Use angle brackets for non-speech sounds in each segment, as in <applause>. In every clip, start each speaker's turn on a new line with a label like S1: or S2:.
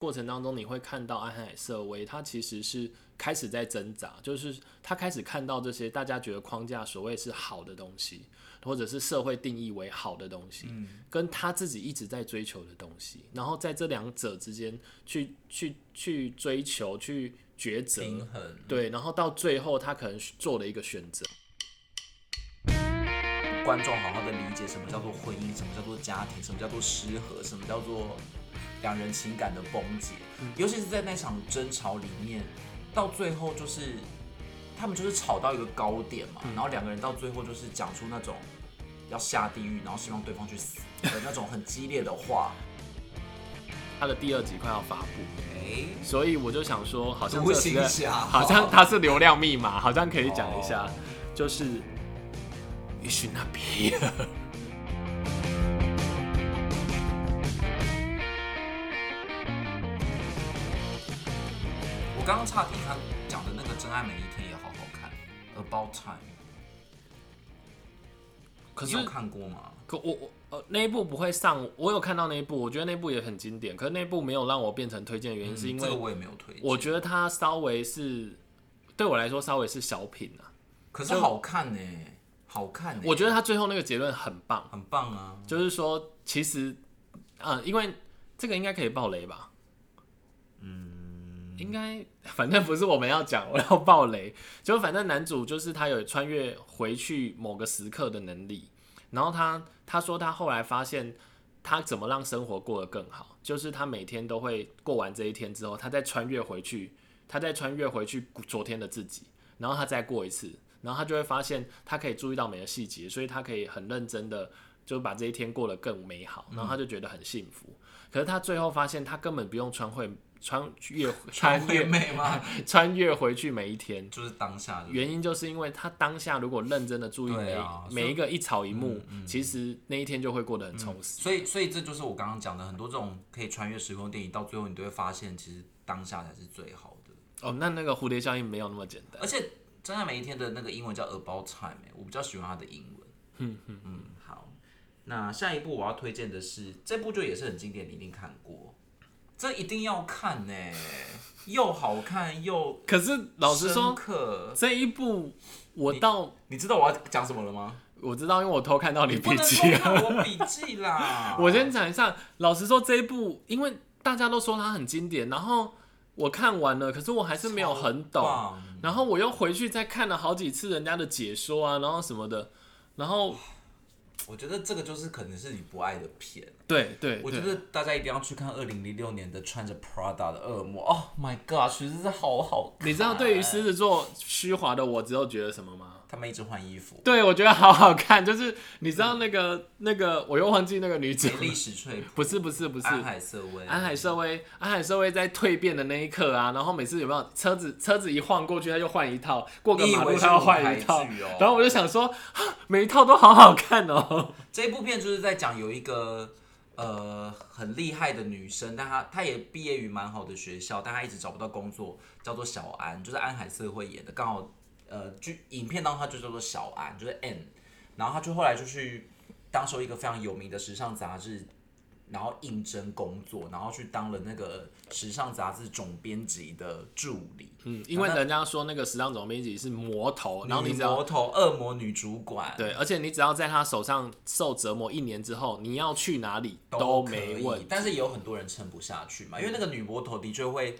S1: 过程当中，你会看到安海瑟薇，她其实是开始在挣扎，就是她开始看到这些大家觉得框架所谓是好的东西，或者是社会定义为好的东西，
S2: 嗯
S1: 跟她自己一直在追求的东西，然后在这两者之间去去去追求、去抉择，
S2: 平衡。
S1: 对，然后到最后她可能做了一个选择。
S2: 观众好好的理解什么叫做婚姻，什么叫做家庭，什么叫做失和，什么叫做两人情感的崩解。尤其是在那场争吵里面，到最后就是他们就是吵到一个高点嘛，然后两个人到最后就是讲出那种要下地狱，然后希望对方去死的那种很激烈的话。
S1: 她的第二集快要发布，
S2: 哎，
S1: 所以我就想说，好像
S2: 独
S1: 这是
S2: 行
S1: 个
S2: 侠
S1: 好像它是流量密码，好像可以讲一下，就是 You should not be here。
S2: 我刚刚差点看讲的那个《真爱每一天》也好好看，《About Time》，
S1: <laughs> 可
S2: 你
S1: 是
S2: 有看过吗？
S1: 可我我呃那一部不会上，我有看到那一部，我觉得那部也很经典，可是那部没有让我变成推荐的原因是因
S2: 这个
S1: 为
S2: 我也没有推荐，
S1: 我觉得它稍微是对我来说稍微是小品啊，
S2: 可是好看呢、欸好看呢、
S1: 我觉得他最后那个结论很棒，
S2: 很棒啊。
S1: 就是说其实啊、因为这个应该可以爆雷吧。嗯应该反正不是我们要讲，我要爆雷。就反正男主就是他有穿越回去某个时刻的能力，然后他他说他后来发现他怎么让生活过得更好，就是他每天都会过完这一天之后，他再穿越回去，他再穿越回去昨天的自己，然后他再过一次，然后他就会发现他可以注意到每个细节，所以他可以很认真的就把这一天过得更美好，然后他就觉得很幸福。可是他最后发现他根本不用穿会穿越穿越
S2: 越美吗？ <laughs>
S1: 穿越回去每一天。
S2: 就是当下的。
S1: 原因就是因为他当下如果认真的注意每、
S2: 对啊所以嗯
S1: 每一个一草一木，其实那一天就会过得很充实。
S2: 所以，所以这就是我刚刚讲的很多这种可以穿越时空的电影，到最后你都会发现，其实当下才是最好的。
S1: 哦，那那个蝴蝶效应没有那么简单
S2: 而。且《真爱每一天》的那个英文叫 About Time，、欸、我比较喜欢它的英文。嗯嗯，好。那下一部我要推荐的是这部就也是很经典，你一定看过，这一定要看呢、又好看又
S1: 可是老实
S2: 深
S1: 说，
S2: 刻
S1: 这一部我到
S2: 你知道我要讲什么了吗？
S1: 我知道，因为我偷看到你
S2: 不
S1: 笔
S2: 能
S1: 记
S2: 偷
S1: 了。！
S2: 看我笔记啦
S1: <laughs> 我先讲一下，老实说这一部，因为大家都说它很经典，然后我看完了，可是我还是没有很懂。
S2: 棒
S1: 然后我又回去再看了好几次人家的解说啊，然后什么的，然后
S2: 我觉得这个就是可能是你不爱的片。
S1: 对对，
S2: 我觉
S1: 对
S2: 得大家一定要去看二零零六年的穿着 Prada 的恶魔。Oh my god，实在是好好看。啊
S1: 你知道对于狮子座虚华的我，只有觉得什么吗？
S2: 他们一直换衣服，
S1: 对，我觉得好好看，就是你知道那个、那个，我又忘记那个女主
S2: 给，历史吹
S1: 不是不是不是，
S2: 安海瑟薇，
S1: 安海社会，安海社会在蜕变的那一刻啊，然后每次有没有车子车子一晃过去，他就换一套，过个
S2: 你以
S1: 马路
S2: 为是
S1: 他要换一套
S2: 舞台剧哦，
S1: 然后我就想说， <gasps> 啊每一套都好好看哦。
S2: 这部片就是在讲有一个呃很厉害的女生，但她她也毕业于蛮好的学校，但她一直找不到工作，叫做小安，就是安海瑟薇演的，刚好呃剧影片当中她就叫做小安，就是 N，然后她就后来就去当时候一个非常有名的时尚杂志。然后应征工作，然后去当了那个时尚杂志总编辑的助理，
S1: 嗯， <laughs> 因为人家说那个时尚总编辑是魔头，然后你
S2: 女
S1: 只要
S2: 魔头、恶魔女主管，
S1: 对，而且你只要在他手上受折磨一年之后，你要去哪里
S2: 都可
S1: 没
S2: 以
S1: 问，
S2: 但是也有很多人撑不下去嘛，因为那个女魔头的确会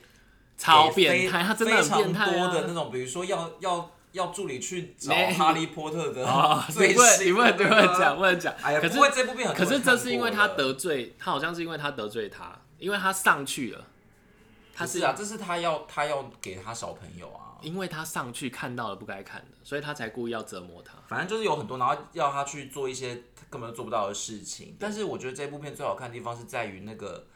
S1: 超
S2: 给
S1: 变
S2: 非
S1: 态，他真的很变态、啊、
S2: 非常多的那种，比如说要要要助理去找
S1: 没
S2: 哈利波
S1: <laughs>
S2: 特的
S1: 啊，
S2: <laughs> 最
S1: 你不能，你
S2: 新
S1: 不
S2: 的
S1: 能，你不能
S2: 那
S1: 讲，
S2: 个。
S1: 不能讲。
S2: <laughs> 哎呀，
S1: 可是
S2: 不会这部片很
S1: 可
S2: 多人看过的，啊
S1: 是这是因为他得罪，他好像是因为他得罪他，因为他上去了，他
S2: 不是啊，这是他要他要给他小朋友啊，
S1: 因为他上去看到了不该看的，所以他才故意要折磨他。
S2: 反正就是有很多，然后要他去做一些他根本就做不到的事情。但是我觉得这部片最好看的地方是在于那个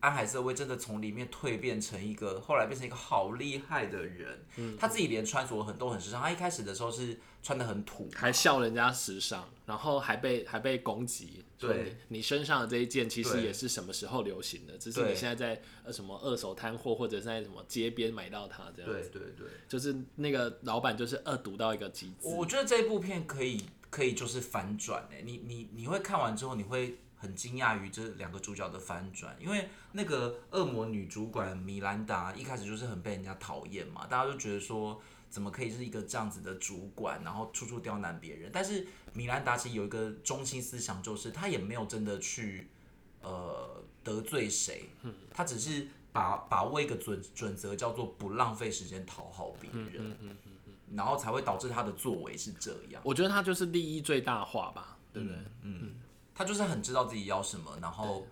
S2: 安海瑟薇真的从里面蜕变成一个，后来变成一个好厉害的人。
S1: 嗯
S2: 他自己连穿着很都很时尚，他一开始的时候是穿的很土，
S1: 还笑人家时尚，然后还被还被攻击。
S2: 对
S1: 说你，你身上的这一件其实
S2: 对
S1: 也是什么时候流行的，只是
S2: 对
S1: 你现在在呃什么二手摊货或者是在什么街边买到它这样。
S2: 对对对。
S1: 就是那个老板就是恶毒到一个极致。
S2: 欸我觉得这部片可以可以就是反转哎、你你你会看完之后，你会很惊讶于这两个主角的翻转，因为那个恶魔女主管米兰达一开始就是很被人家讨厌嘛，大家就觉得说怎么可以是一个这样子的主管，然后处处刁难别人。但是米兰达其实有一个中心思想，就是她也没有真的去呃得罪谁，她只是把把握一个准准则，叫做不浪费时间讨好别人，然后才会导致她的作为是这样。
S1: 我觉得他就是利益最大化吧，对不对？
S2: 他就是很知道自己要什么，然后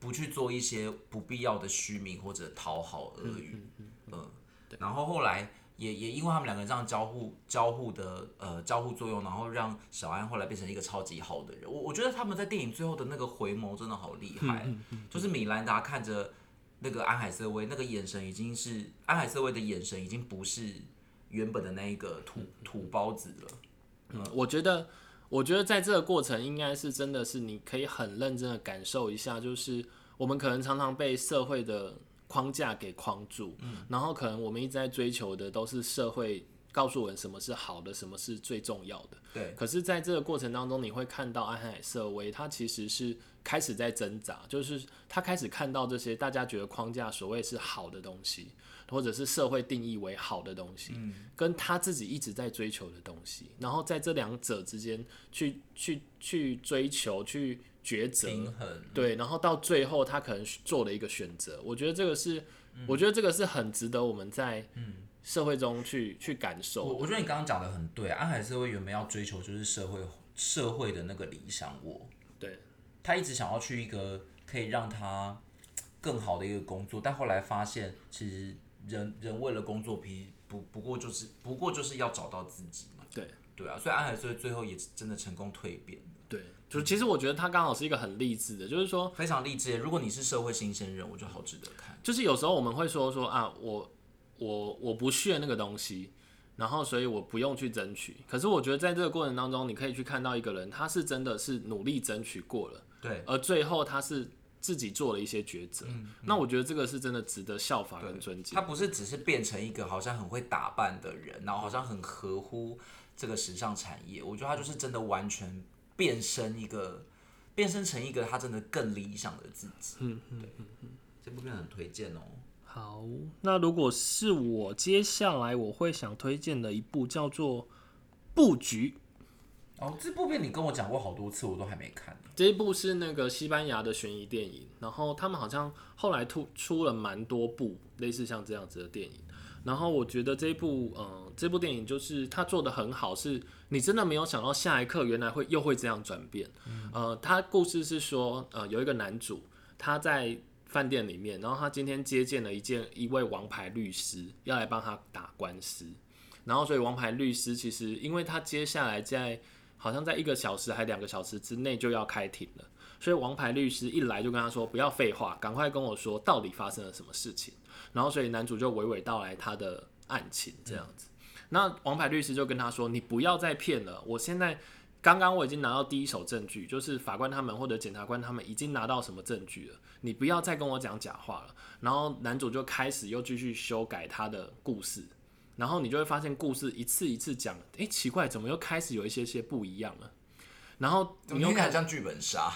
S2: 不去做一些不必要的虚名或者讨好俄语，嗯，然后后来也也因为他们两个这样交互交互的呃交互作用，然后让小安后来变成一个超级好的人。我我觉得他们在电影最后的那个回眸真的好厉害，啊就是米兰达看着那个安海瑟薇那个眼神已经是安海瑟薇的眼神已经不是原本的那一个土土包子了。
S1: 嗯我觉得，我觉得在这个过程，应该是真的是你可以很认真的感受一下，就是我们可能常常被社会的框架给框住，
S2: 嗯
S1: 然后可能我们一直在追求的都是社会告诉我们什么是好的，什么是最重要的。
S2: 对，
S1: 可是在这个过程当中，你会看到安海瑟薇，她其实是开始在挣扎，就是她开始看到这些大家觉得框架所谓是好的东西，或者是社会定义为好的东西，
S2: 嗯
S1: 跟她自己一直在追求的东西，然后在这两者之间去去去追求、去抉择，
S2: 平衡。
S1: 对，然后到最后他可能做了一个选择，我觉得这个是，我觉得这个是很值得我们在社会中去去感受
S2: 我
S1: 的。
S2: 我觉得你刚刚讲的很对，安海社会原本要追求就是社会社会的那个理想我，
S1: 对，
S2: 他一直想要去一个可以让他更好的一个工作，但后来发现其实人人为了工作疲不不过就是不过就是要找到自己嘛，
S1: 对
S2: 对啊，所以安海社会最后也真的成功蜕变，
S1: 对，就是其实我觉得他刚好是一个很励志的，就是说，
S2: 非常励志耶。如果你是社会新鲜人，我就好值得看。
S1: 就是有时候我们会说说啊，我我我不屑那个东西，然后所以我不用去争取。可是我觉得在这个过程当中，你可以去看到一个人，他是真的是努力争取过了，
S2: 对
S1: 而最后他是自己做了一些抉择。那我觉得这个是真的值得效法跟尊敬。
S2: 他不是只是变成一个好像很会打扮的人，然后好像很合乎这个时尚产业。我觉得他就是真的完全变身一个，变身成一个他真的更理想的自己。嗯对，这部片很推荐哦。
S1: 好，那如果是我接下来我会想推荐的一部叫做《布局》，
S2: 哦，这部片你跟我讲过好多次，我都还没看。
S1: 这一部是那个西班牙的悬疑电影，然后他们好像后来突出了蛮多部类似像这样子的电影，然后我觉得这一部，嗯、这部电影就是它做的很好，是你真的没有想到下一刻原来会又会这样转变。呃，它故事是说，呃，有一个男主他在饭店里面，然后他今天接见了一件一位王牌律师，要来帮他打官司，然后所以王牌律师其实因为他接下来在好像在一个小时还两个小时之内就要开庭了，所以王牌律师一来就跟他说不要废话，赶快跟我说到底发生了什么事情。然后所以男主就娓娓道来他的案情这样子。那王牌律师就跟他说：“你不要再骗了，我现在刚刚我已经拿到第一手证据，就是法官他们或者检察官他们已经拿到什么证据了，你不要再跟我讲假话了。”然后男主就开始又继续修改他的故事，然后你就会发现故事一次一次讲，诶，奇怪，怎么又开始有一些些不一样了？然后
S2: 怎
S1: 你又
S2: 么听起来像剧本 <laughs> 杀？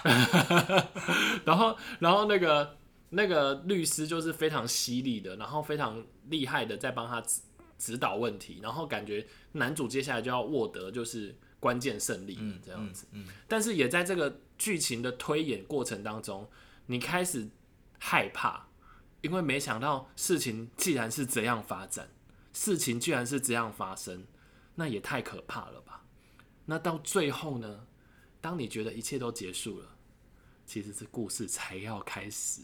S1: 然后，然后那个那个律师就是非常犀利的，然后非常厉害的在帮他指指导问题，然后感觉男主接下来就要获得就是关键胜利这样子。但是也在这个剧情的推演过程当中，你开始害怕，因为没想到事情既然是这样发展，事情居然是这样发生，那也太可怕了吧？那到最后呢？当你觉得一切都结束了，其实这故事才要开始，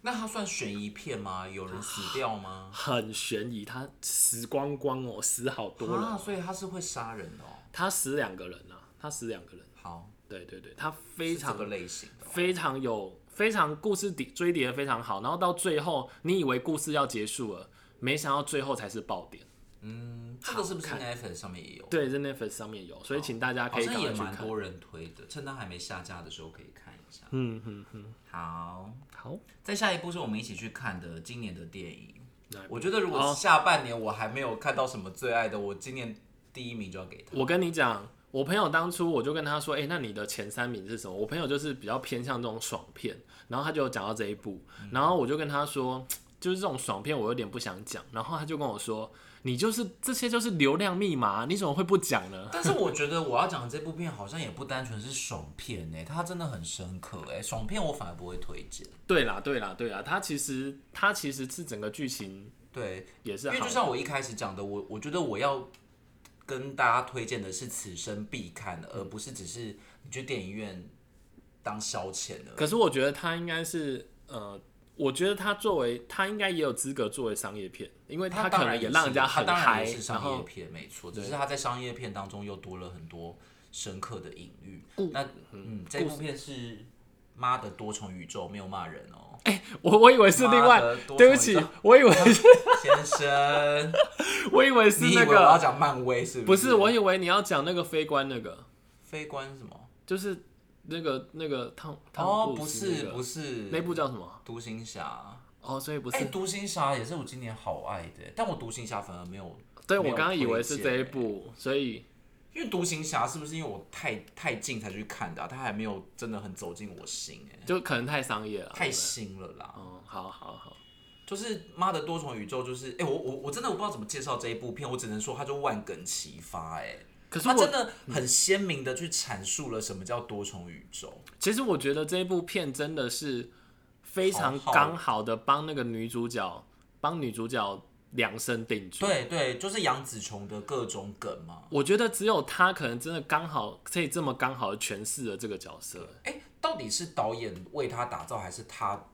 S2: 那它算悬疑片吗？有人死掉吗？
S1: 很悬疑，他死光光哦，死好多人，
S2: 啊，所以他是会杀人的哦。
S1: 他死两个人啊，他死两个人，
S2: 好，
S1: 对对对，他非
S2: 是这
S1: 常
S2: 个类型的哦。
S1: 非常有非常故事底追叠的非常好，然后到最后你以为故事要结束了，没想到最后才是爆点。
S2: 嗯这个是不是 Netflix 上面也有？
S1: 对，在 Netflix 上面有，所以请大家可以
S2: 哦好
S1: 赶
S2: 像也
S1: 快去
S2: 蛮
S1: 看。
S2: 多人推的，趁它还没下架的时候可以看一下。
S1: 嗯嗯嗯，
S2: 好，
S1: 好，
S2: 再下一部是我们一起去看的今年的电影
S1: 哪一。哦
S2: 我觉得如果下半年我还没有看到什么最爱的，我今年第一名就要给他。
S1: 我跟你讲，我朋友当初我就跟他说，哎、那你的前三名是什么？我朋友就是比较偏向这种爽片，然后他就有讲到这一部，
S2: 嗯
S1: 然后我就跟他说，就是这种爽片我有点不想讲，然后他就跟我说，你就是这些就是流量密码，你怎么会不讲呢？
S2: 但是我觉得我要讲的这部片好像也不单纯是爽片呢、它真的很深刻哎、爽片我反而不会推荐。
S1: 对啦，对啦，对啦，他其实他其实是整个剧情
S2: 对，
S1: 也是
S2: 因为
S1: 好
S2: 就像我一开始讲的，我我觉得我要跟大家推荐的是此生必看的，而不是只是你去电影院当消遣的。
S1: 可是我觉得他应该是呃，我觉得他作为他应该也有资格作为商业片，因为
S2: 它
S1: 可
S2: 当
S1: 能
S2: 然
S1: 也让人家很
S2: 它当然
S1: 嗨
S2: 也是，
S1: 然
S2: 商业
S1: 后
S2: 片，没错，只是它在商业片当中又多了很多深刻的隐喻。那嗯，这部片是妈的多重宇宙，没有骂人哦。 <laughs>
S1: 我我以为是另
S2: 妈
S1: 外
S2: 的，多
S1: 对不
S2: 重宇
S1: 起
S2: 宙，
S1: 我
S2: <laughs>
S1: 以为是 <laughs>
S2: 先生，
S1: 我以为是
S2: 你以
S1: 那
S2: 为我要
S1: 个，
S2: 讲漫威是
S1: 不
S2: 是？
S1: 是，我以为你要讲那个非官那个，
S2: 非关是什么？
S1: 就是那个那个汤汤
S2: 哦，
S1: 姆
S2: 不
S1: 布斯那
S2: 是
S1: 个
S2: 不是，
S1: 那部叫什么？
S2: 独行侠。
S1: 哦，所以不是
S2: 哎、，独行侠也是我今年好爱的，但我独行侠反而没有，
S1: 对
S2: 没
S1: 我
S2: 有
S1: 刚刚以
S2: 推
S1: 为是
S2: 荐
S1: 这一
S2: 欸
S1: 部，所以
S2: 因为独行侠是不是因为我太太近才去看的、啊，他还没有真的很走进我心哎，
S1: 就可能太商业了，
S2: 太
S1: 对不对
S2: 新了啦。
S1: 嗯，好好好，
S2: 就是妈的多重宇宙，就是哎、我我我真的我不知道怎么介绍这一部片，我只能说它就万梗齐发哎。
S1: 可是
S2: 它
S1: 我
S2: 真的很鲜明的去阐述了什么叫多重宇宙，
S1: 其实我觉得这一部片真的是非常
S2: 好好
S1: 刚好的帮那个女主角，帮女主角量身定做。
S2: 对对，就是杨紫琼的各种梗嘛。
S1: 我觉得只有她可能真的刚好可以这么刚好的诠释了这个角色。
S2: 哎、到底是导演为他打造，还是他？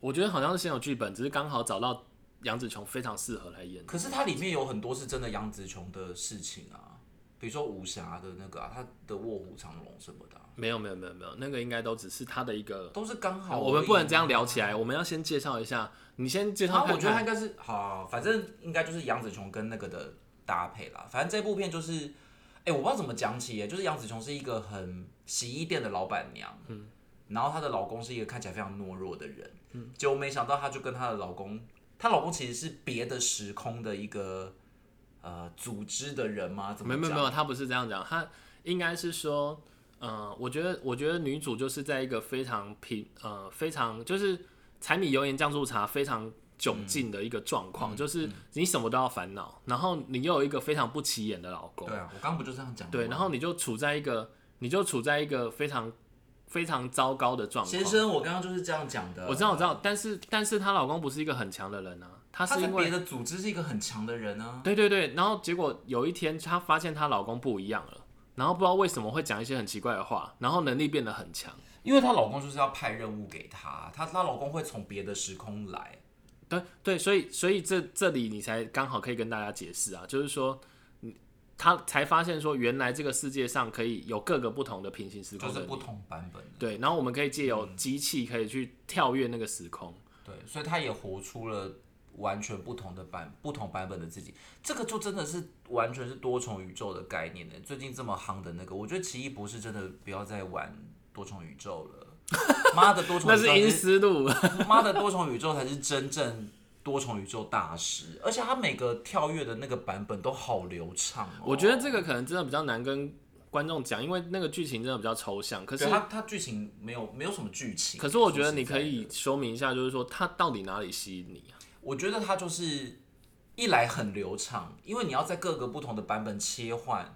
S1: 我觉得好像是先有剧本，只是刚好找到杨紫琼非常适合来演。
S2: 可是它里面有很多是真的杨紫琼的事情啊，比如说武侠的那个啊，他的卧虎藏龙什么的啊、
S1: 没有没有没有没有，那个应该都只是她的一个。
S2: 都是刚好而已。
S1: 哦
S2: 啊
S1: 我们不能这样聊起来，我们要先介绍一下。你先介
S2: 然
S1: 绍
S2: 后
S1: 看
S2: 我觉得他
S1: 看。
S2: 应该是好、反正应该就是杨紫琼跟那个的搭配啦。反正这部片就是，哎、我不知道怎么讲起耶，就是杨紫琼是一个很洗衣店的老板娘，嗯，然后她的老公是一个看起来非常懦弱的人，嗯，结果没想到她就跟她的老公，她老公其实是别的时空的一个呃组织的人吗？怎
S1: 没
S2: 么
S1: 有没有
S2: 讲
S1: 没有，他不是这样讲，他应该是说，呃，我觉得我觉得女主就是在一个非常平呃非常就是柴米油盐酱醋茶非常
S2: 嗯
S1: 窘境的一个状况，就是你什么都要烦恼，然后你又有一个非常不起眼的老公，
S2: 对啊，我刚刚不就这样讲
S1: 对，
S2: 吗
S1: 然后你就处在一个你就处在一个非常非常糟糕的状况
S2: 先。生，我刚刚就是这样讲的，
S1: 我知道，我知道，但是但是她老公不是一个很强的人啊，她
S2: 他
S1: 是
S2: 在
S1: 因为
S2: 别的组织是一个很强的人啊，
S1: 对对对，然后结果有一天她发现她老公不一样了，然后不知道为什么会讲一些很奇怪的话，然后能力变得很强。
S2: 因为她老公就是要派任务给她，她她老公会从别的时空来，
S1: 对对，所以所以这这里你才刚好可以跟大家解释啊，就是说，你她才发现说原来这个世界上可以有各个不同的平行时
S2: 就
S1: 空
S2: 是
S1: 的
S2: 不
S1: 你，
S2: 同版本的。
S1: 对，然后我们可以借由机器可以去跳跃那个时空。
S2: 对，所以她也活出了完全不同的版不同版本的自己。这个就真的是完全是多重宇宙的概念呢。最近这么夯的那个，我觉得奇异博士真的不要再玩多重宇宙了。妈的多重
S1: <laughs> 那
S2: 宇宙
S1: 是
S2: 才
S1: 阴思路，
S2: 妈的多重宇宙才是真正多重宇宙大师，而且他每个跳跃的那个版本都好流畅、哦。
S1: 我觉得这个可能真的比较难跟观众讲，因为那个剧情真的比较抽象。可是
S2: 对，可是他他剧情没有没有什么剧情。
S1: 可是我觉得
S2: 说实
S1: 你
S2: 在
S1: 可
S2: 的
S1: 以说明一下，就是说他到底哪里吸引你啊？
S2: 我觉得它就是一来很流畅，因为你要在各个不同的版本切换，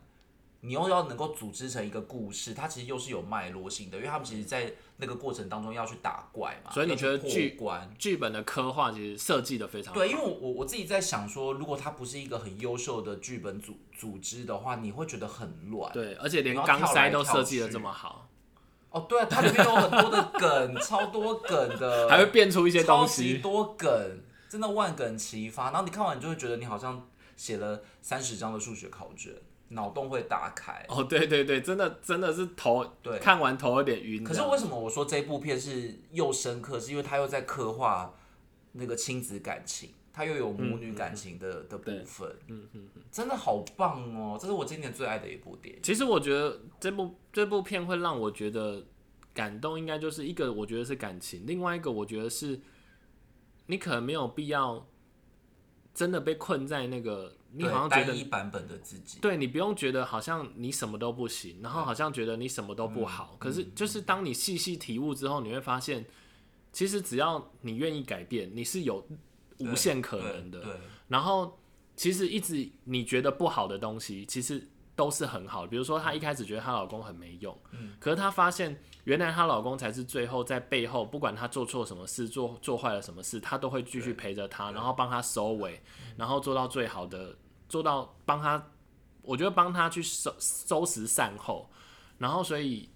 S2: 你又要能够组织成一个故事，它其实又是有脉络性的，因为他们其实在那个过程当中要去打怪嘛，
S1: 所以你
S2: 要去
S1: 觉得
S2: 破
S1: 剧
S2: 关？
S1: 剧本的刻画其实设计的非常好
S2: 对，因为我我我自己在想说，如果它不是一个很优秀的剧本组组织的话，你会觉得很乱。
S1: 对，而且连
S2: 然后
S1: 钢
S2: 跳
S1: 塞
S2: 来
S1: 都
S2: 跳
S1: 设计的
S2: 去
S1: 这么好，
S2: 哦，对啊，它里面有很多的梗， <laughs> 超多梗的，
S1: <laughs> 还会变出一
S2: 一
S1: 些东
S2: 超级
S1: 西。
S2: 多梗，真的万梗齐发。然后你看完，你就会觉得你好像写了三十张的数学考卷，脑洞会打开。
S1: 哦，对对对，真的真的是头，
S2: 对
S1: 看完头有点晕这
S2: 可是
S1: 样。
S2: 为什么我说这部片是又深刻，是因为它又在刻画那个亲子感情，它又有
S1: 嗯
S2: 母女感情的、的部分。嗯嗯，真的好棒哦！这是我今年最爱的一部电影。
S1: 其实我觉得这部这部片会让我觉得感动，应该就是一个我觉得是感情，另外一个我觉得是你可能没有必要真的被困在那个，你
S2: 对
S1: 好像觉
S2: 单
S1: 得
S2: 一版本的自己，
S1: 对你不用觉得好像你什么都不行，然后好像觉得你什么都不好。
S2: 嗯
S1: 可是就是当你细细体悟之后，你会发现，其实只要你愿意改变，你是有无限可能的。
S2: 对，对
S1: 然后其实一直你觉得不好的东西，其实都是很好的。比如说她一开始觉得她老公很没用，可是她发现原来她老公才是最后在背后，不管她做错什么事，做做坏了什么事，她都会继续陪着她，然后帮她收尾，然后做到最好的，做到帮她，我觉得帮她去收收拾善后，然后所以。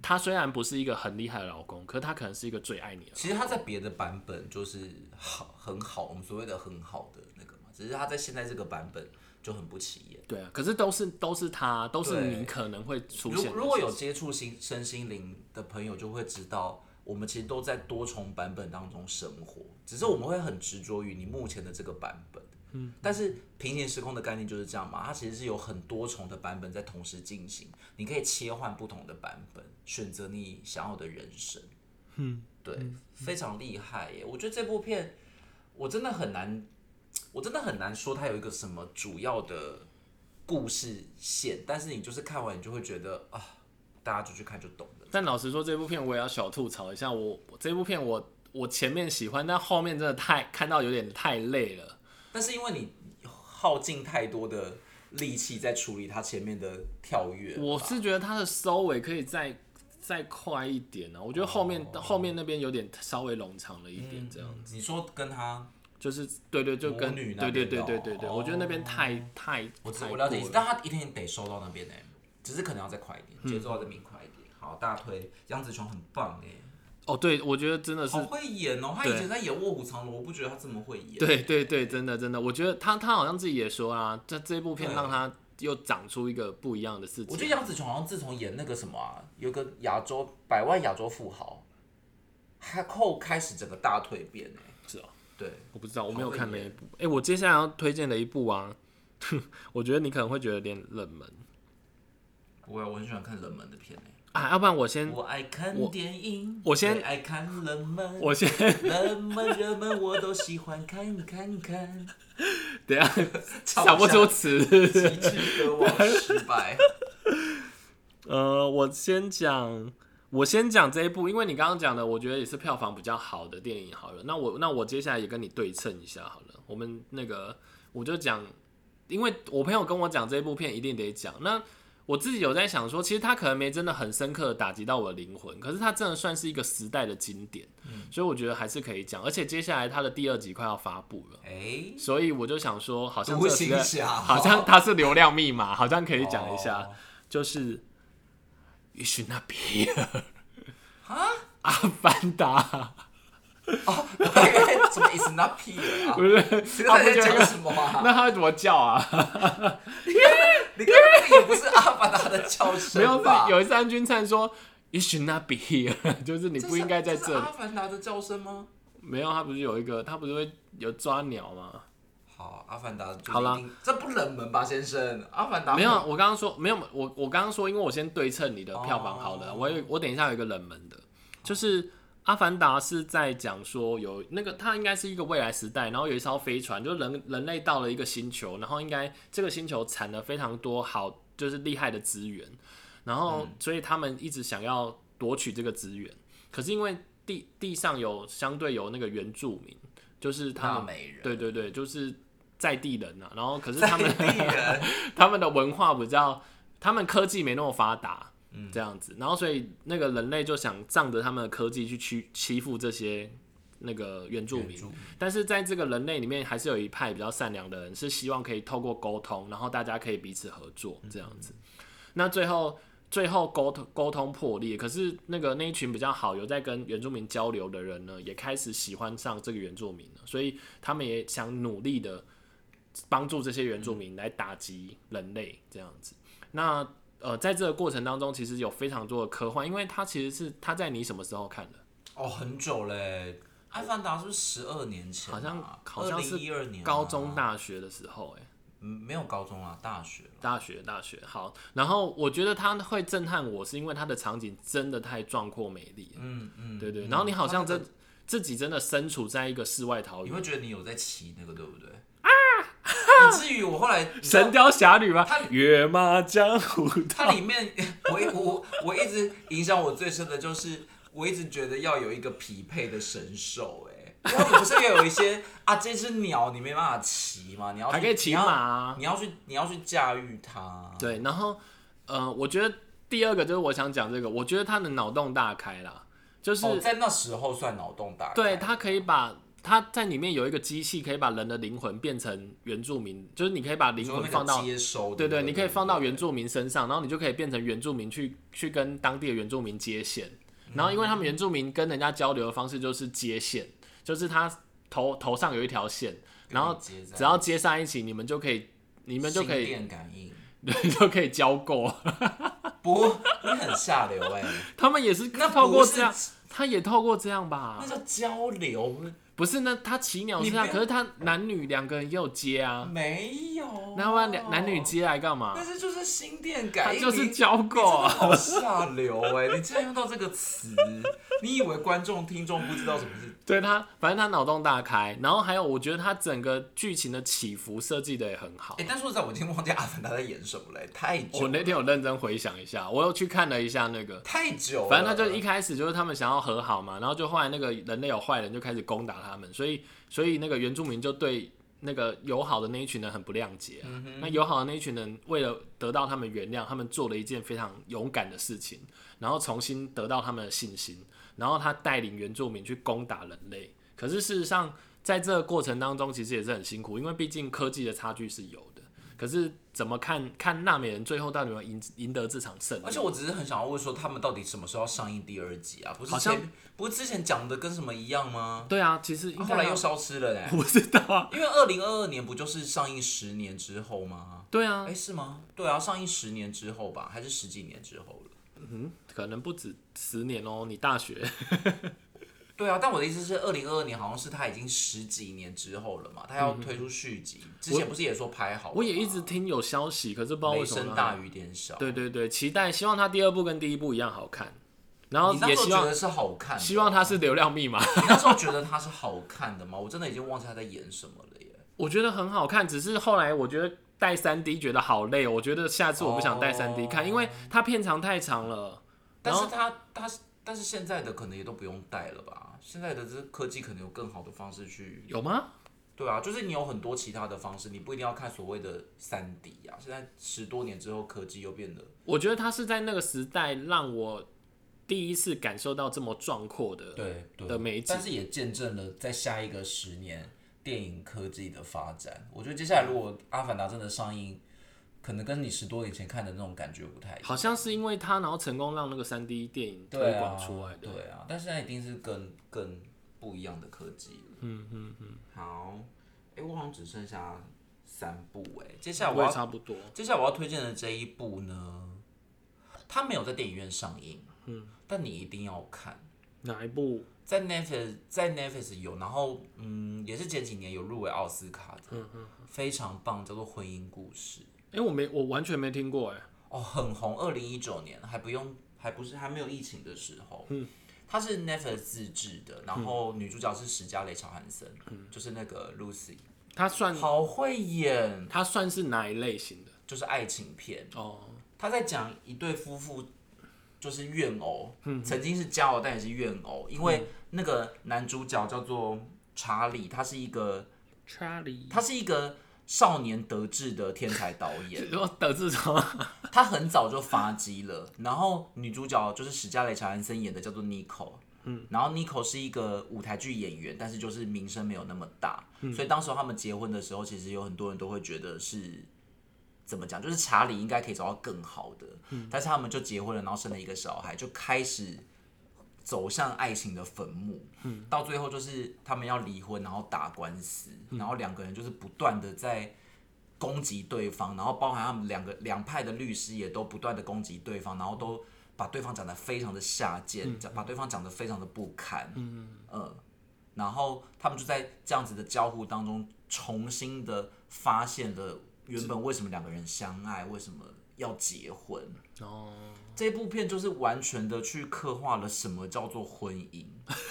S1: 她虽然不是一个很厉害的老公，可是她可能是一个最爱你的。
S2: 其实他在别的版本就是好很好，我们所谓的很好的那个嘛，只是他在现在这个版本就很不起眼。
S1: 对啊，可是都是都是她，都是
S2: 对
S1: 你可能会出
S2: 如
S1: 现的
S2: 如果
S1: 事
S2: 有接触心身心灵的朋友，就会知道我们其实都在多重版本当中生活，只是我们会很执着于你目前的这个版本。嗯，但是平行时空的概念就是这样嘛，它其实是有很多重的版本在同时进行，你可以切换不同的版本，选择你想要的人生。嗯，对，非常厉害耶！我觉得这部片我真的很难，我真的很难说它有一个什么主要的故事线，但是你就是看完你就会觉得啊，大家就去看就懂了。
S1: 但老实说，这部片我也要小吐槽一下，我我这部片我我前面喜欢，但后面真的太看到有点太累了。
S2: 但是因为你耗尽太多的力气在处理它前面的跳跃吧，
S1: 我是觉得它的收尾可以再再快一点啊呢、我觉得后面、
S2: 哦
S1: 后面那边有点稍微冗长了一点，这样、
S2: 你说跟他，
S1: 就是对对，就跟
S2: 嗯魔女
S1: 对
S2: 那
S1: 对
S2: 边的
S1: 对
S2: 哦
S1: 对对对，我觉得那边太太
S2: 我知
S1: 太
S2: 我了解
S1: 过
S2: 意思，但他一定得收到那边呢，嗯只是可能要再快一点，节奏要再明快一点。好，大推杨紫琼很棒哎，
S1: 哦，对我觉得真的是
S2: 好会演哦！他以
S1: 对
S2: 前在演《卧虎藏龙》，我不觉得他这么会演。
S1: 对对对，真的真的，我觉得他他好像自己也说啊，这这部片
S2: 对
S1: 让他又长出一个不一样的啊自己。
S2: 嗯我觉得杨紫琼好像自从演那个什么啊，有个亚洲百万亚洲富豪，他后开始整个大蜕变哎、
S1: 是哦，
S2: 对，
S1: 我不知道，我没有
S2: 好会
S1: 看那
S2: 演
S1: 一部。哎、我接下来要推荐的一部啊，我觉得你可能会觉得有点冷门
S2: 不会啊，我很喜欢看冷门的片哎、
S1: 啊，要不然我先
S2: 我爱看电影，
S1: 我先
S2: 也爱看冷门，
S1: 我先 <laughs>
S2: 冷门热门我都喜欢看
S1: <laughs>
S2: 看看。
S1: 等一
S2: <laughs>
S1: 下想不出词。
S2: 极致歌王失败，
S1: 呃，我先讲，我先讲这一部，因为你刚刚讲的，我觉得也是票房比较好的电影。好了，那我那我接下来也跟你对称一下好了。我们那个我就讲，因为我朋友跟我讲这部片一定得讲。那我自己有在想说，其实他可能没真的很深刻的打击到我的灵魂，可是他真的算是一个时代的经典，所以我觉得还是可以讲。而且接下来他的第二集快要发布了。
S2: 哎、
S1: 所以我就想说，好像
S2: 独
S1: 这个时代
S2: 行 <laughs> 侠
S1: 好像它是流量密码，好像可以讲一下。
S2: 哦
S1: 就是《You Should Not Be Here》
S2: 啊
S1: 阿凡达， <laughs>
S2: 哦怎么 is not
S1: <laughs>
S2: here 啊？
S1: 不是？
S2: 这
S1: 他
S2: 个
S1: 不
S2: 在
S1: 就
S2: 讲什么啊？
S1: 那他会怎么叫啊？
S2: 你根本也不是阿凡达的叫
S1: 没有，
S2: 声吧
S1: 是？有一次安君灿说 “You should not be here”，就是 <laughs> 你
S2: 这
S1: 不
S2: 是
S1: 应该在
S2: 是
S1: 这里
S2: 阿。凡达的叫声吗？
S1: 没有，他不是有一个，他不是会有抓鸟吗？
S2: 好，阿凡达就是
S1: 好啦
S2: 一定，这不冷门吧，先生？阿凡达
S1: 没有，我刚刚说没有，我我刚刚说，因为我先对称你的票房好了，
S2: 哦
S1: 我有我等一下有一个冷门的，就是《阿凡达》是在讲说有那个它应该是一个未来时代，然后有一艘飞船，就人人类到了一个星球，然后应该这个星球产了非常多好就是厉害的资源，然后
S2: 嗯
S1: 所以他们一直想要夺取这个资源，可是因为地地上有相对有那个原住民，就是他
S2: 大
S1: 们
S2: 美人，
S1: 对对对，就是在地人呐、啊然后可是
S2: 在
S1: 他们。
S2: 地人，
S1: <laughs> 他们的文化比较，他们科技没那么发达，这样子，然后所以那个人类就想仗着他们的科技去欺欺负这些那个原住民
S2: 原住民，
S1: 但是在这个人类里面，还是有一派比较善良的人，是希望可以透过沟通，然后大家可以彼此合作这样子。那最后。最后沟通沟通破裂，可是那个那一群比较好有在跟原住民交流的人呢，也开始喜欢上这个原住民了，所以他们也想努力的帮助这些原住民来打击人类这样子。那呃，在这个过程当中，其实有非常多的科幻，因为它其实是它在你什么时候看的？
S2: 哦，很久嘞。阿凡达是不是十二年前啊、
S1: 好像好像是
S2: 一二年啊、
S1: 高中、大学的时候、欸，
S2: 嗯，没有高中啊，大学了。
S1: 大学大学好。然后我觉得它会震撼我，是因为它的场景真的太壮阔美丽了。
S2: 嗯嗯，
S1: 对对，然后你好像
S2: 它那
S1: 真、
S2: 个
S1: 自己真的身处在一个世外桃
S2: 你
S1: 源，
S2: 会觉得你有在骑那个，对不对？ <laughs> 以至于我后来
S1: 《啊神雕侠侣》吗 <laughs>
S2: 他？
S1: 跃马江湖
S2: 它
S1: 道，
S2: 里面，我我我一直影响我最深的就是，我一直觉得要有一个匹配的神兽、欸，哎， <laughs> 因为不是也有一些啊，这只鸟你没办法骑嘛，你要去
S1: 还可以骑马啊
S2: 你要你要去你要去驾驭它，
S1: 对，然后呃，我觉得第二个就是我想讲这个，我觉得他的脑洞大开啦，就是、
S2: 哦，在那时候算脑洞大开，
S1: 对他可以把他在里面有一个机器，可以把人的灵魂变成原住民，就是你可以把灵
S2: 你说
S1: 魂
S2: 那
S1: 放
S2: 个
S1: 到。
S2: 接收的，
S1: 对
S2: 对
S1: 对，你可以放到原住民身上，然后你就可以变成原住民去去跟当地的原住民接线。然后，因为他们原住民跟人家交流的方式就是接线，就是他头头上有一条线，然后
S2: 接在
S1: 只要接上一起，你们就可以，你们就可
S2: 心
S1: 以，
S2: 电感应，
S1: 对， <laughs> 就可以交购。
S2: 不，你很下流
S1: <laughs>
S2: 哎、
S1: 他们也是
S2: 那
S1: 透过
S2: 不是
S1: 这样，他也透过这样吧
S2: 那？叫交流，
S1: 不是呢，他骑鸟是
S2: 你
S1: 他，
S2: 不要
S1: 可是他男女两个人也有接啊，
S2: 没有，
S1: 那他男男女接来干嘛
S2: 但？哦是就是心电
S1: 他
S2: 感应，
S1: 就是
S2: 你
S1: 交
S2: 你真
S1: 购
S2: 的
S1: 啊。
S2: 好下流哎、你竟然用到这个词，你以为观众听众不知道什么
S1: <laughs>
S2: 是？
S1: 对他，反正他脑洞大开，然后还有我觉得他整个剧情的起伏设计的也很好
S2: 哎、。但说实在，我已经忘记《阿凡达》在演什么了、欸太久
S1: 我那天有认真回想一下，我又去看了一下那个，
S2: 太久了。
S1: 反正他就一开始就是他们想要和好嘛，然后就后来那个人类有坏人就开始攻打他们，所以所以那个原住民就对那个友好的那一群人很不谅解啊。那友好的那一群人为了得到他们原谅，他们做了一件非常勇敢的事情，然后重新得到他们的信心，然后他带领原住民去攻打人类。可是事实上，在这个过程当中，其实也是很辛苦，因为毕竟科技的差距是有的。可是怎么看看纳美人最后到底有没有赢赢得这场胜利？
S2: 而且我只是很想要问说，他们到底什么时候要上映第二集啊？不是
S1: 好像
S2: 前不是之前讲的跟什么一样吗？
S1: 对啊，其实应该
S2: 后来
S1: 要
S2: 又消失了嘞、欸
S1: <laughs> 我不知道啊。
S2: 因为二零二二年不就是上映十年之后吗？
S1: 对
S2: 哎、
S1: 啊，
S2: 是吗？对啊，上映十年之后吧，还是十几年之后了？
S1: 嗯，可能不止十年哦。你大学
S2: 对啊，但我的意思是，二零二二年好像是他已经十几年之后了嘛，他要推出续集，之前不是也说拍好了吗
S1: 嗯我也一直听有消息，可是不知道为
S2: 雷
S1: 什么
S2: 声
S1: 呢。
S2: 大雨点小，
S1: 对对对，期待，希望他第二部跟第一部一样好看，然后
S2: 你那
S1: 也
S2: 时候
S1: 希
S2: 觉
S1: 望
S2: 得是好看的，
S1: 希望他是流量密码，
S2: 你那时候觉得他是好看的吗？我真的已经忘记他在演什么
S1: <laughs>
S2: 了耶。
S1: 我觉得很好看，只是后来我觉得。带三 D 觉得好累，我觉得下次我不想带三
S2: 哦
S1: D 看，因为它片长太长了。
S2: 但是他他但是现在的可能也都不用带了吧？现在的这科技可能有更好的方式去，
S1: 有吗？
S2: 对啊，就是你有很多其他的方式，你不一定要看所谓的三 D 啊。现在十多年之后，科技又变得
S1: 我觉得它是在那个时代让我第一次感受到这么壮阔的
S2: 对
S1: 的媒介
S2: 但。是也见证了在下一个十年电影科技的发展。我觉得接下来如果《阿凡达》真的上映，可能跟你十多年前看的那种感觉不太一样。
S1: 好像是因为他，然后成功让那个三 D 电影推
S2: 对啊
S1: 广出来的。
S2: 对啊，但现在一定是更更不一样的科技了。嗯嗯嗯。好，哎、我好像只剩下三部哎、接下来我
S1: 我也
S2: 要
S1: 差不多。
S2: 接下来我要推荐的这一部呢，它没有在电影院上映，嗯，但你一定要看。
S1: 哪一部？
S2: 在 Netflix 在 Netflix 有，然后嗯，也是前几年有入围奥斯卡的，非常棒，叫做《婚姻故事》
S1: 哎、我没，我完全没听过哎、
S2: 哦，很红，二零一九年还不用，还不是还没有疫情的时候，嗯，它是 Netflix 自制的，然后女主角是史嘉蕾·乔汉森，就是那个 Lucy，
S1: 他算
S2: 好会演，
S1: 他算是哪一类型的？
S2: 就是爱情片，
S1: 哦，
S2: 他在讲一对夫妇，就是怨偶，曾经是交偶，但也是怨偶，因为那个男主角叫做查理，他是一个。
S1: 查理。 <laughs>
S2: 他是一个少年得志的天才导演，
S1: 如果得志什么？ <laughs>
S2: 他很早就发迹了。然后女主角就是史嘉蕾·乔安森演的，叫做 Nico。嗯，然后 Nico 是一个舞台剧演员，但是就是名声没有那么大，所以当时他们结婚的时候，其实有很多人都会觉得是怎么讲，就是查理应该可以找到更好的，但是他们就结婚了，然后生了一个小孩，就开始走向爱情的坟墓，到最后就是他们要离婚，然后打官司，然后两个人就是不断的在攻击对方，然后包含他们两个两派的律师也都不断的攻击对方，然后都把对方讲的非常的下贱，讲、把对方讲的非常的不堪，嗯、呃，然后他们就在这样子的交互当中，重新的发现了原本为什么两个人相爱，为什么要结婚，
S1: 哦，
S2: 这部片就是完全的去刻画了什么叫做婚姻，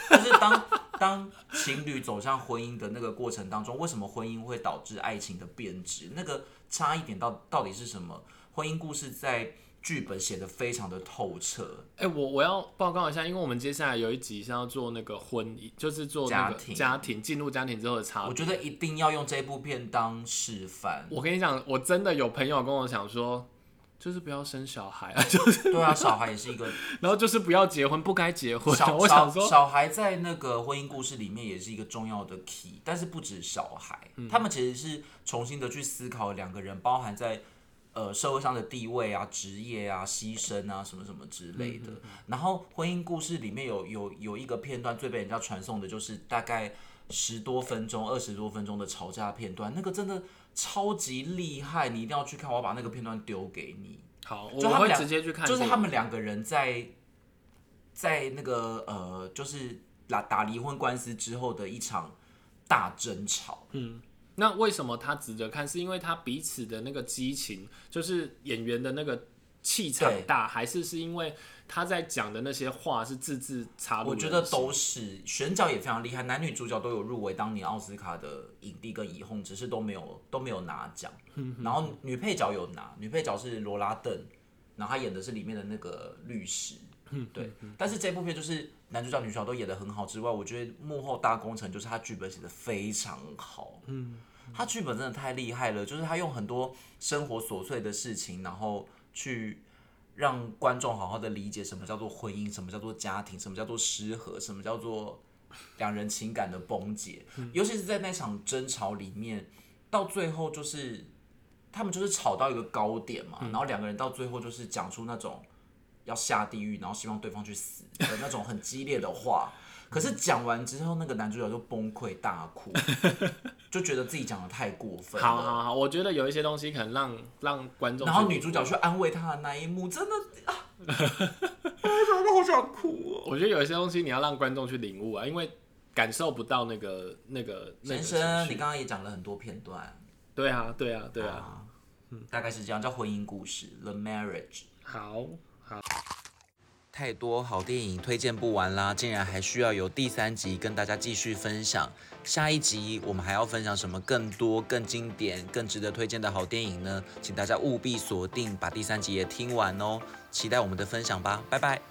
S2: 就是当当情侣走向婚姻的那个过程当中，为什么婚姻会导致爱情的变质？那个差异点到到底是什么？婚姻故事在剧本写的非常的透彻，
S1: 哎、我我要报告一下，因为我们接下来有一集是要做那个婚姻，就是做那个
S2: 家庭
S1: 家庭进入家庭之后的差别。
S2: 我觉得一定要用这部片当示范。
S1: 我跟你讲，我真的有朋友跟我讲说，就是不要生小孩，
S2: 对啊，小孩也是一个
S1: 然后就是不要结婚，不该结婚。
S2: 小
S1: 我想
S2: 小
S1: 说，
S2: 小孩在那个婚姻故事里面也是一个重要的 key，但是不止小孩，
S1: 嗯
S2: 他们其实是重新的去思考两个人包含在呃社会上的地位啊、职业啊、牺牲啊什么什么之类
S1: 嗯
S2: 的。然后婚姻故事里面有有有一个片段最被人家传颂的就是大概十多分钟、二十多分钟的吵架片段，那个真的超级厉害，你一定要去看，我要把那个片段丢给你。
S1: 好，
S2: 就
S1: 我
S2: 他们
S1: 会
S2: 俩
S1: 直接去看这
S2: 就
S1: 个。
S2: 是他们两个人在在那个呃，就是打打离婚官司之后的一场大争吵。
S1: 那为什么他值得看？是因为他彼此的那个激情，就是演员的那个气场
S2: 对
S1: 大，还是是因为他在讲的那些话是字字插入
S2: 我
S1: 人
S2: 觉
S1: 心？
S2: 得都是选角也非常厉害，男女主角都有入围当年奥斯卡的影帝跟影后，只是都没有都没有拿奖。然后女配角有拿，女配角是罗拉邓，然后她演的是里面的那个律师。对，但是这部片就是男主角、女主角都演的很好之外，我觉得幕后大工程就是他剧本写的非常好。嗯，他剧本真的太厉害了，就是他用很多生活琐碎的事情，然后去让观众好好的理解什么叫做婚姻，什么叫做家庭，什么叫做失和，什么叫做两人情感的崩解。尤其是在那场争吵里面，到最后就是他们就是吵到一个高点嘛，然后两个人到最后就是讲出那种要下地狱，然后希望对方去死的那种很激烈的话。可是讲完之后，那个男主角就崩溃大哭，就觉得自己讲的太过分了。
S1: 好好好，我觉得有一些东西可能让让观众去，
S2: 然后女主角去安慰他的那一幕，真的啊， <laughs> 为什么都好想哭哦？
S1: 我觉得有一些东西你要让观众去领悟啊，因为感受不到那个那个那个
S2: 先
S1: 情
S2: 生，
S1: 绪
S2: 你刚刚也讲了很多片段，
S1: 对啊，对啊，对啊。
S2: 啊，大概是这样，叫婚姻故事《The Marriage》。
S1: 好，好，
S2: 太多好电影推荐不完啦，竟然还需要有第三集跟大家继续分享。下一集我们还要分享什么更多、更经典、更值得推荐的好电影呢？请大家务必锁定，把第三集也听完哦。期待我们的分享吧，拜拜。